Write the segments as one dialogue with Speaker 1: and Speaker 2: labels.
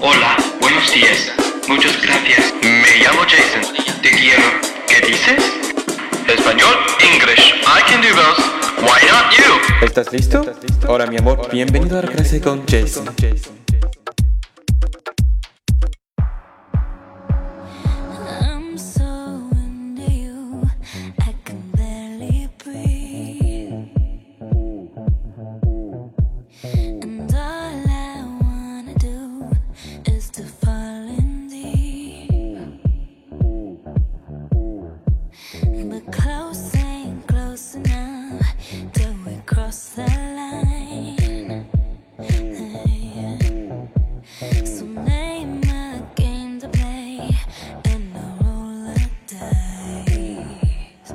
Speaker 1: Hola, buenos días. Muchas gracias. Me llamo Jason. Te quiero. ¿Qué dices? Español, English. I can do both. Why not you?
Speaker 2: ¿Estás listo? Hola mi amor, bienvenido a la clase con Jason.
Speaker 3: I'm so into you, I can barely breathe. And all I wanna do is to fall in deep. But close ain't close enough till we cross the line. So name a game to play and I roll the dice.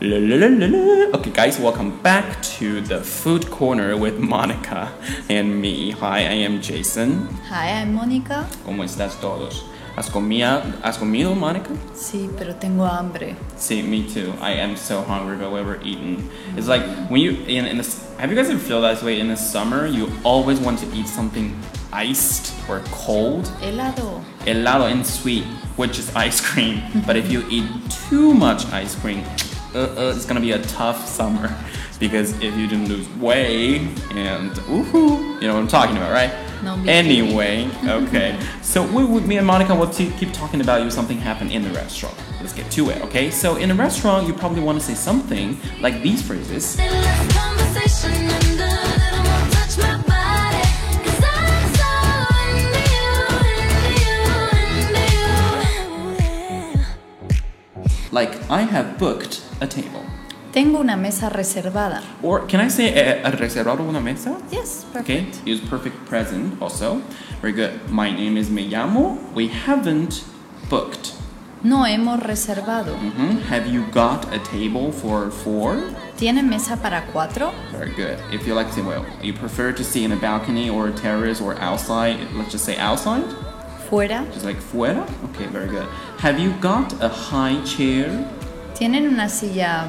Speaker 4: La, la, la, la, la. Okay, guys, welcome back to the food corner with Monica and me. Hi, I am Jason.
Speaker 5: Hi, I'm Mónica.
Speaker 4: ¿Cómo estás todos? ¿Has, comía, ¿Has comido, Monica?
Speaker 5: Sí, pero tengo hambre.
Speaker 4: Sí, me too. I am so hungry, but we were eating. It's like when you in, in this. Have you guys ever feel that way in the summer? You always want to eat something iced or cold.
Speaker 5: Helado.
Speaker 4: helado and sweet, which is ice cream. But if you eat too much ice cream, uh, uh, it's gonna be a tough summer because if you didn't lose weight and woohoo, you know what I'm talking about, right?
Speaker 5: No, me too.
Speaker 4: anyway, okay. so we, we, me and Monica will t- keep talking about you. Something happened in the restaurant. Let's get to it, okay? So in a restaurant, you probably want to say something like these phrases.
Speaker 3: Little less conversation and a little more touch my body. Cause I'm so into you, into you, into you.
Speaker 4: Like I have booked a table,
Speaker 5: Tengo una mesa reservada.
Speaker 4: or can I say eh, reservado una mesa?
Speaker 5: Yes,
Speaker 4: Okay,
Speaker 5: perfect.
Speaker 4: use perfect present also. Very good. My name is Me llamo. We haven't booked.
Speaker 5: No hemos reservado.
Speaker 4: Mhm. Have you got a table for four?
Speaker 5: ¿Tiene mesa para cuatro?
Speaker 4: Very good. If you like to, well, you prefer to see in a balcony or a terrace or outside, let's just say outside,
Speaker 5: Fuera.
Speaker 4: just like fuera. Okay, very good. Have you got a high chair?
Speaker 5: ¿Tienen una silla?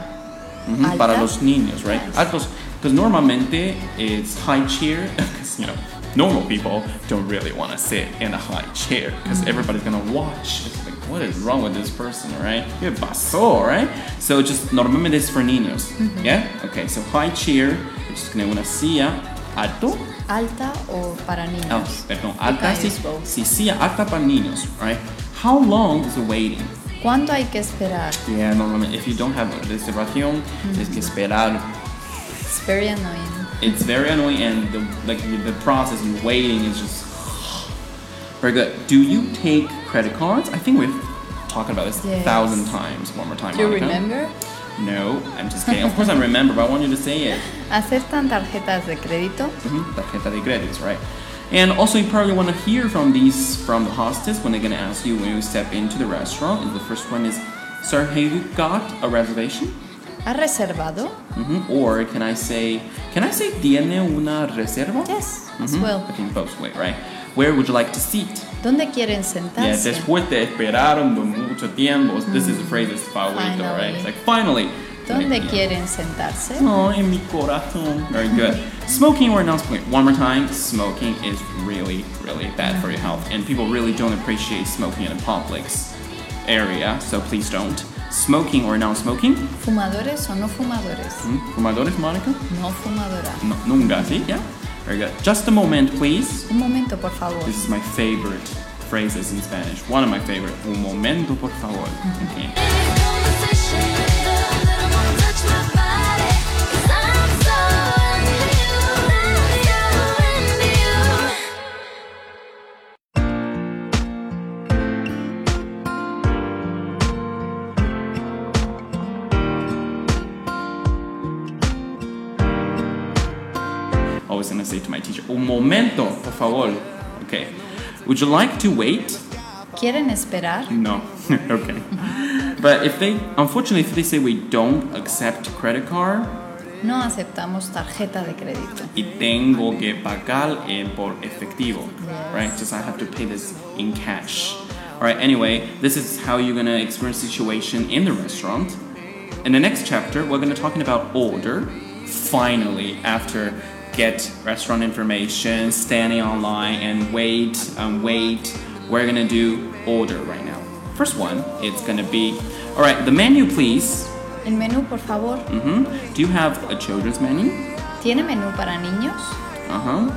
Speaker 4: Mhm,
Speaker 5: Alta.
Speaker 4: Para los niños, right?
Speaker 5: Yes.
Speaker 4: Altos. Because normalmente it's high chair, because, you know, normal people don't really want to sit in a high chair because
Speaker 5: Mm-hmm.
Speaker 4: everybody's going to watch. It's like, what is wrong with this person, right?
Speaker 5: Mm-hmm.
Speaker 4: Yeah, pasó, right? So just normalmente es for niños.
Speaker 5: Mm-hmm.
Speaker 4: Yeah? Okay, so high chair, just going to una silla alto.
Speaker 5: ¿Alta o para
Speaker 4: Oh,
Speaker 5: niños?
Speaker 4: perdón, alta,
Speaker 5: can
Speaker 4: sí,
Speaker 5: use both.
Speaker 4: sí, silla alta para niños, right? How long is the waiting?
Speaker 5: ¿Cuánto hay que esperar?
Speaker 4: Yeah, normalmente, if you don't have reservación, tienes que esperar
Speaker 5: It's very annoying.
Speaker 4: it's very annoying and the like the process and waiting is just very good. Do you take credit cards? I think we've talked about this a
Speaker 5: Yes.
Speaker 4: thousand times. One more time.
Speaker 5: Do you
Speaker 4: Monica.
Speaker 5: remember?
Speaker 4: No, I'm just kidding. of course I remember, but I want you to say it.
Speaker 5: ¿Aceptan tarjetas de crédito?
Speaker 4: Mhm, Tarjeta de créditos, right? And also, you probably want to hear from these from the hostess when they're gonna ask you when you step into the restaurant. And the first one is, "Sir, have you got a reservation?"
Speaker 5: ¿Ha reservado?
Speaker 4: Mhm, Or can I say, "Can I say tiene una reserva?"
Speaker 5: Yes, as
Speaker 4: Mhm,
Speaker 5: well.
Speaker 4: I think both way, right? Where would you like to seat?
Speaker 5: ¿Dónde quieren sentarse?
Speaker 4: Yeah, después de esperaron de mucho tiempo. This is the phrase that's favorito, right?
Speaker 5: Mm. Finally.
Speaker 4: It's like finally.
Speaker 5: ¿Dónde
Speaker 4: Yeah.
Speaker 5: quieren sentarse?
Speaker 4: Oh, en mi corazón. Very good. smoking or not smoking? One more time. Smoking is really, really bad for your health, and people really don't appreciate smoking in a public s- area. So please don't. Smoking or non-smoking?
Speaker 5: ¿Fumadores o no fumadores?
Speaker 4: Hmm? Fumadores, Monica?
Speaker 6: Mm.
Speaker 5: No fumadora.
Speaker 4: No, nunca, sí? Yeah. Very good. Just a moment, please.
Speaker 5: Un momento, por favor.
Speaker 4: This is my favorite phrases in Spanish. One of my favorite. Un momento, por favor. Okay.
Speaker 3: Any conversation and a little more touch my body. Cause I'm so into you, into you, into you.
Speaker 4: I was gonna say to my teacher, un momento, por favor. Okay. Would you like to wait?
Speaker 5: ¿Quieren esperar?
Speaker 4: No. okay. But if they, unfortunately, if they say we don't accept credit card,
Speaker 5: No aceptamos tarjeta de crédito.
Speaker 4: y tengo que pagar eh, por efectivo, right? Just I have to pay this in cash. All right. Anyway, this is how you're gonna experience situation in the restaurant. In the next chapter, we're gonna talking about order. Finally, after
Speaker 6: get restaurant information, standing online, and wait, um, wait. We're gonna do order right now. First one, it's gonna be, all right, the menu, please.
Speaker 5: El menú, por favor.
Speaker 6: hmm
Speaker 4: Mm-hmm.
Speaker 6: Do you have a children's menu?
Speaker 5: ¿Tiene menú para niños?
Speaker 6: Ajá.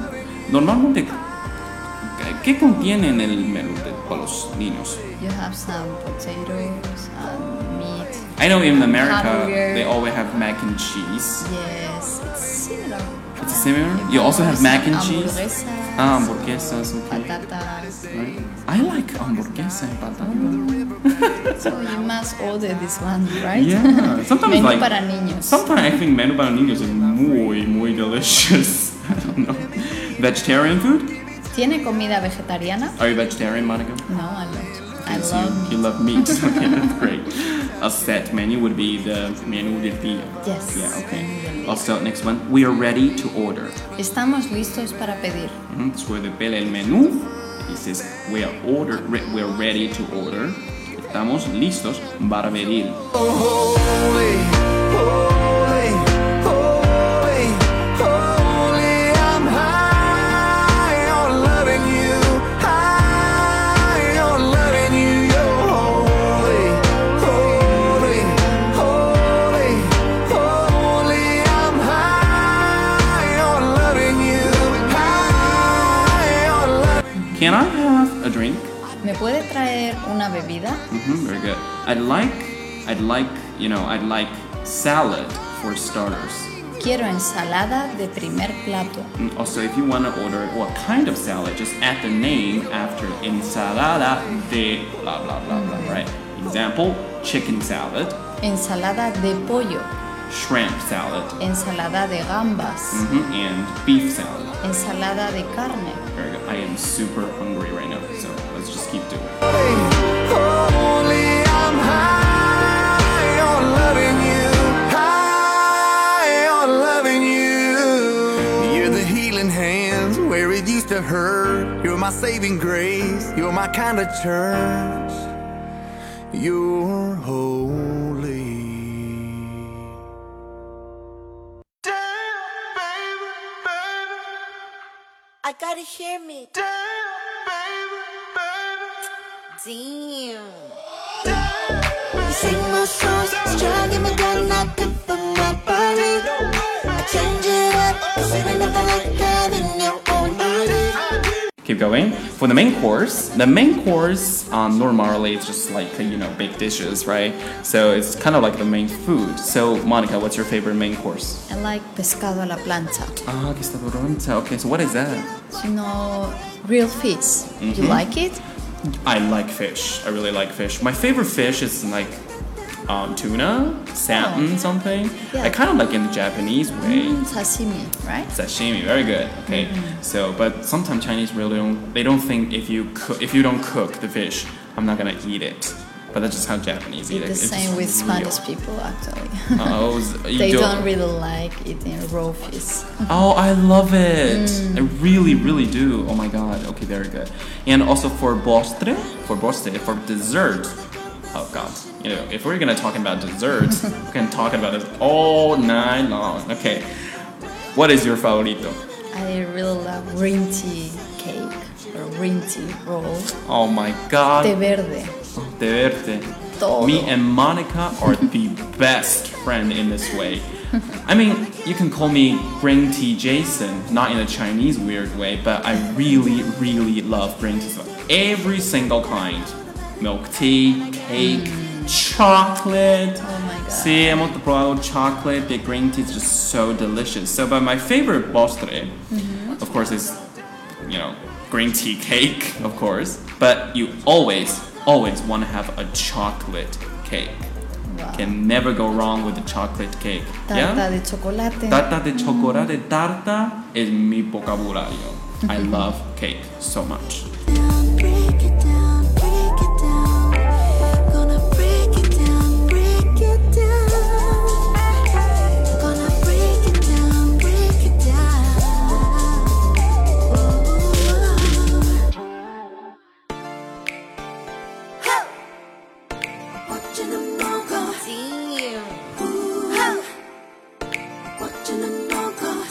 Speaker 6: Normalmente, ¿qué- ¿qué contiene en el menú de- para los niños?
Speaker 5: You have some potatoes and meat.
Speaker 6: I know in America
Speaker 5: Hamburger.
Speaker 6: they always have mac and cheese.
Speaker 5: Yes, it's similar.
Speaker 6: It's similar. You also have mac and cheese.
Speaker 5: Hamburguesas.
Speaker 6: Ah, hamburguesas. Okay.
Speaker 5: Patatas.
Speaker 6: Right. I like hamburguesa and patata.
Speaker 5: So you must order this one, right?
Speaker 6: Yeah. Sometimes
Speaker 5: menú
Speaker 6: like
Speaker 5: para niños.
Speaker 6: sometimes I think menú para niños is muy muy delicious. I don't know. Vegetarian food?
Speaker 5: ¿Tiene comida vegetariana?
Speaker 6: Are you vegetarian, Monica?
Speaker 5: No, I'm not. I
Speaker 6: Yes,
Speaker 5: love
Speaker 6: you, you love meat. okay, that's great. A set menu would be the menu del día.
Speaker 5: Yes.
Speaker 6: Yeah, okay.
Speaker 5: Menu del día.
Speaker 6: Also, next one. We are ready to order.
Speaker 5: Estamos listos para pedir.
Speaker 6: Mhm, Después de ver el menú, dices, we are, order, re- we are ready to order. Estamos listos para pedir.
Speaker 7: Oh, Holy, holy, holy, holy, I'm high on loving you, high on loving you. You're holy, holy, holy, holy, I'm high on loving you, high on loving you.
Speaker 6: Can I have a drink?
Speaker 5: ¿Me puede traer una bebida?
Speaker 6: Mhm, very good. I'd like, I'd like, you know, I'd like salad for starters.
Speaker 5: Quiero ensalada de primer plato.
Speaker 6: And Mm, Also, if you want to order what kind of salad, just add the name after ensalada de blah blah blah blah, right? Example: chicken salad,
Speaker 5: Ensalada de pollo.
Speaker 6: shrimp salad,
Speaker 5: Ensalada de gambas.
Speaker 6: mhm, and beef salad.
Speaker 5: Ensalada de carne.
Speaker 6: Very good. I am super hungry right now, so let's just keep doing. it.
Speaker 7: Holy, I'm high on loving you, high on loving you. You're the healing hands where it used to hurt. You're my saving grace. You're my kind of church. You're holy.
Speaker 8: Damn, baby, baby.
Speaker 9: I gotta hear me.
Speaker 8: Damn, baby, baby.
Speaker 9: Damn. You sing my songs, it's dragging me down, not good for my body. I change it up, cause it ain't nothing like having your own body.
Speaker 6: Keep going. For the main course, the main course um, normally it's just like you know big dishes, right? So it's kind of like the main food. So Monica, what's your favorite main course?
Speaker 5: I like pescado a la plancha.
Speaker 6: Ah, que está dorante. Okay, so what is that?
Speaker 5: You know, real fish. You
Speaker 6: Mm-hmm.
Speaker 5: like it?
Speaker 6: I like fish. I really like fish. My favorite fish is like um, tuna, salmon,
Speaker 5: Oh.
Speaker 6: something.
Speaker 5: Yeah.
Speaker 6: I kind of like in the Japanese way.
Speaker 5: Mm, Sashimi, right?
Speaker 6: Sashimi, very good. Okay,
Speaker 5: Mm-hmm.
Speaker 6: so but sometimes Chinese really don't. They don't think if you cook, if you don't cook the fish, I'm not gonna eat it. But that's just how Japanese eat it.
Speaker 5: The
Speaker 6: It's
Speaker 5: same
Speaker 6: just
Speaker 5: with
Speaker 6: real.
Speaker 5: Spanish people, actually.
Speaker 6: Oh, is- you
Speaker 5: they
Speaker 6: don't-
Speaker 5: don't really like eating raw fish.
Speaker 6: Oh, I love it.
Speaker 5: Mm.
Speaker 6: I really, really do. Oh my god. Okay, very good. And also for bostre, for bostre, for dessert. Oh god. You know, if we're gonna talk about desserts, we can talk about this all night long. Okay. What is your favorito?
Speaker 5: I really love green tea cake or green tea roll.
Speaker 6: Oh my god.
Speaker 5: Té verde.
Speaker 6: De verte.
Speaker 5: Todo.
Speaker 6: Me and Monica are the best friend in this way. I mean, you can call me Green Tea Jason, not in a Chinese weird way, but I really, really love green tea. of Every single kind milk tea, cake, chocolate.
Speaker 5: Mm. Oh my God.
Speaker 6: See, I'm the brown chocolate, the green tea is just so delicious. So, but my favorite postre,
Speaker 5: Mm-hmm.
Speaker 6: of course, is you know, green tea cake, of course, but you always, always want to have a chocolate cake.
Speaker 5: Wow.
Speaker 6: Can never go wrong with a chocolate cake.
Speaker 5: Tarta
Speaker 6: yeah?
Speaker 5: de chocolate.
Speaker 6: Tarta de chocolate, tarta es mi vocabulario. I love cake so much.
Speaker 9: Break it down, break it down. Gonna break it down, break it down. Gonna break it down, break it down. Watching them all go Ooh. Watching them all go down.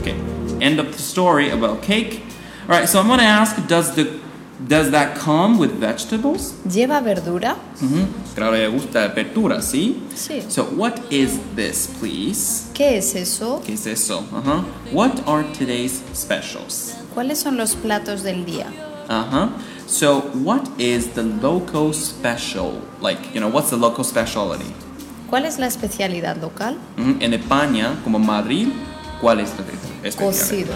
Speaker 6: Okay, end of the story about cake. All right, so I'm gonna ask, does the does that come with vegetables?
Speaker 5: ¿Lleva verdura?
Speaker 6: Mm. Claro, le gusta apertura, ¿sí?
Speaker 5: Sí.
Speaker 6: So what is this, please?
Speaker 5: ¿Qué es eso?
Speaker 6: ¿Qué es eso? Ajá. uh-huh. What are today's specials?
Speaker 5: ¿Cuáles son los platos del día?
Speaker 6: Uh-huh. So what is the local special? Like, you know, what's the local speciality?
Speaker 5: ¿Cuál es la especialidad local?
Speaker 6: Ujú, En España, como Madrid, ¿cuál es la especialidad?
Speaker 5: Cocido.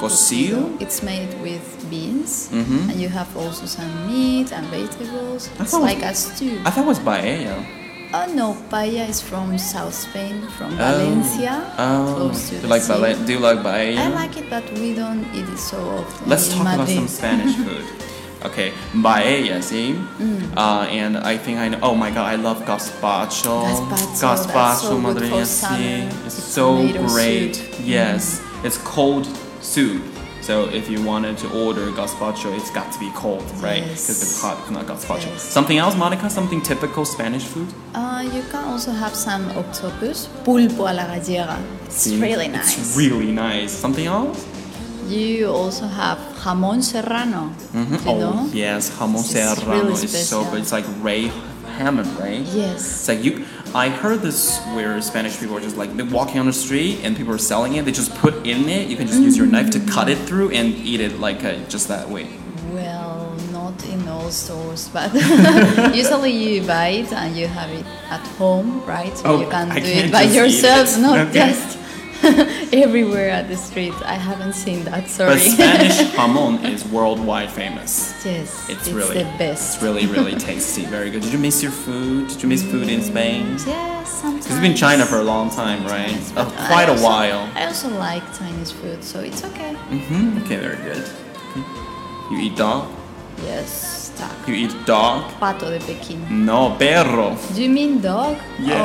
Speaker 6: Cocido.
Speaker 5: It's made with beans, and you have also some meat and vegetables.
Speaker 6: I
Speaker 5: It's
Speaker 6: thought-
Speaker 5: like a stew.
Speaker 6: I thought it was paella.
Speaker 5: Oh no, paella is from South Spain, from Valencia,
Speaker 6: Oh.
Speaker 5: close to
Speaker 6: do you
Speaker 5: the
Speaker 6: like
Speaker 5: sea.
Speaker 6: Valen- Do you like paella?
Speaker 5: I like it, but we don't eat it so often.
Speaker 6: Let's
Speaker 5: in
Speaker 6: talk about
Speaker 5: Madrid.
Speaker 6: some Spanish food. Okay, paella, see?
Speaker 5: Mm.
Speaker 6: Uh, and I think I know, oh my god, I love gazpacho.
Speaker 5: Gazpacho, that's so good
Speaker 6: madrileña,
Speaker 5: for
Speaker 6: sí.
Speaker 5: summer.
Speaker 6: It's
Speaker 5: It's
Speaker 6: so
Speaker 5: tomato
Speaker 6: great.
Speaker 5: soup. Mm.
Speaker 6: Yes, it's cold soup. So if you wanted to order gazpacho, it's got to be cold, right? Because
Speaker 5: Yes.
Speaker 6: it's hot, it's not gazpacho.
Speaker 5: Yes.
Speaker 6: Something else, Monica? Something typical Spanish food?
Speaker 5: Uh, you can also have some octopus, pulpo a la gallega. It's
Speaker 6: See?
Speaker 5: really nice.
Speaker 6: Mm, It's really nice. Something else?
Speaker 5: you also have jamón serrano. You
Speaker 6: oh,
Speaker 5: know?
Speaker 6: yes, jamón
Speaker 5: This is
Speaker 6: serrano
Speaker 5: really
Speaker 6: is so
Speaker 5: special.
Speaker 6: good. It's like Ray Hammond, right? It's
Speaker 5: Yes.
Speaker 6: like you. I heard this where Spanish people are just like they're walking on the street and people are selling it. They just put in it. You can just use your knife to cut it through and eat it like uh, just that way.
Speaker 5: Well, not in all stores, but usually you buy it and you have it at home, right? So
Speaker 6: Oh,
Speaker 5: you can
Speaker 6: I
Speaker 5: do
Speaker 6: can't
Speaker 5: it by
Speaker 6: just eat
Speaker 5: yourself,
Speaker 6: it.
Speaker 5: not
Speaker 6: Okay.
Speaker 5: just everywhere at the street. I haven't seen that. Sorry.
Speaker 6: But Spanish jamón is worldwide famous.
Speaker 5: yes,
Speaker 6: It's, really
Speaker 5: the best.
Speaker 6: It's really really tasty. Very good. Did you miss your food? Did you miss food in Spain?
Speaker 5: Yes, sometimes.
Speaker 6: Because you've been in China for a long time, right? Uh,
Speaker 5: But I
Speaker 6: quite a
Speaker 5: also-
Speaker 6: while.
Speaker 5: I also like Chinese food, so it's okay.
Speaker 6: Okay, very good. You eat dog?
Speaker 5: Yes, duck.
Speaker 6: You eat dog?
Speaker 5: Pato de Pekin.
Speaker 6: No, perro.
Speaker 5: Do you mean dog?
Speaker 6: Yeah.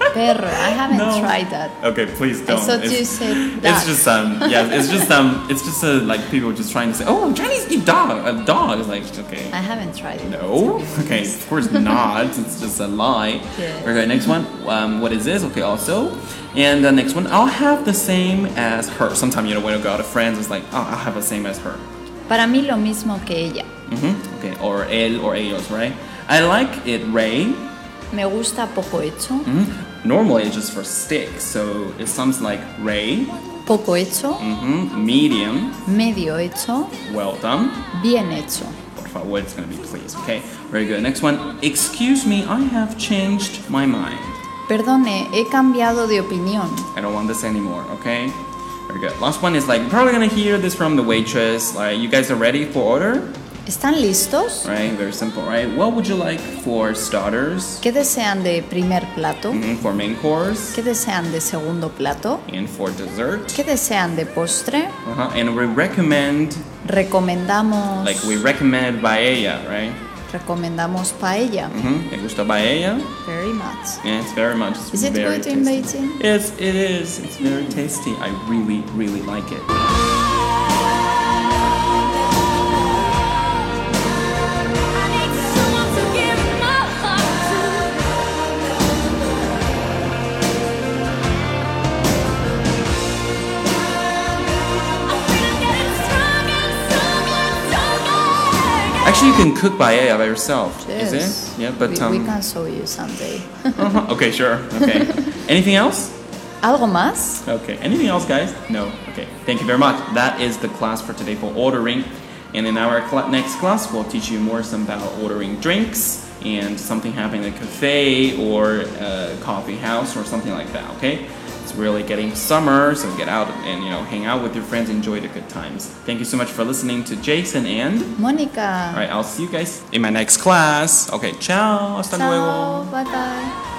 Speaker 5: Oh, perro. I haven't
Speaker 6: No.
Speaker 5: tried that.
Speaker 6: Okay, please don't.
Speaker 5: thought you said
Speaker 6: It's
Speaker 5: duck.
Speaker 6: just um, yeah, it's just um, it's just uh, like people just trying to say, oh, Chinese eat dog. A dog is like okay,
Speaker 5: I haven't tried it.
Speaker 6: no, okay, of course not. it's just a lie.
Speaker 5: Yeah.
Speaker 6: Okay, next one. Um, what is this? Okay, also, and the next one, I'll have the same as her. Sometimes you know when I go out with friends, it's like, oh, I'll have the same as her.
Speaker 5: Para mí lo mismo que ella.
Speaker 6: hmm Okay, or él or ellos, right? I like it, Ray.
Speaker 5: Me gusta poco hecho.
Speaker 6: Mm. Normally it's just for steak, so it sounds like Ray,
Speaker 5: Poco hecho.
Speaker 6: hmm medium,
Speaker 5: Medio hecho.
Speaker 6: well done.
Speaker 5: Bien hecho.
Speaker 6: Por favor, it's gonna be please, okay? Very good. Next one. Excuse me, I have changed my mind.
Speaker 5: Perdone, he cambiado de opinión.
Speaker 6: I don't want this anymore, okay? Very good. Last one is like, you're probably gonna hear this from the waitress. Like, you guys are ready for order?
Speaker 5: ¿Están listos?
Speaker 6: Right? Very simple, right? What would you like for starters?
Speaker 5: ¿Qué desean de primer plato?
Speaker 6: Mhm, For main course?
Speaker 5: ¿Qué desean de segundo plato?
Speaker 6: And for dessert?
Speaker 5: ¿Qué desean de postre?
Speaker 6: Uh-huh. And we recommend,
Speaker 5: Recomendamos
Speaker 6: like, we recommend paella, right?
Speaker 5: recomendamos paella.
Speaker 6: Mm-hmm. Me gusta paella.
Speaker 5: Very much.
Speaker 6: Yeah, it's very much. It's
Speaker 5: Is it
Speaker 6: very
Speaker 5: good in
Speaker 6: tasty.
Speaker 5: Beijing?
Speaker 6: Yes, it is. It's very tasty. I really, really like it.
Speaker 3: I need someone to give my heart to. I feel I'm getting stronger, stronger, stronger.
Speaker 6: Actually, you can cook paella by yourself,
Speaker 5: Yes.
Speaker 6: is it? Yeah, but
Speaker 5: we,
Speaker 6: um.
Speaker 5: we can show you someday.
Speaker 6: okay, sure. Okay. Anything else?
Speaker 5: ¿Algo más?
Speaker 6: Okay. Anything else, guys? No. Okay. Thank you very much. That is the class for today for ordering, and in our cla next class, we'll teach you more some about ordering drinks uh, and something happening in a cafe or a coffee house or something like that. Okay. It's it's really getting summer, so get out and you know hang out with your friends, enjoy the good times. Thank you so much for listening to Jason and.
Speaker 5: Mónica.
Speaker 6: All right, I'll see you guys in my next class. Okay, ciao, hasta luego.
Speaker 5: Bye bye.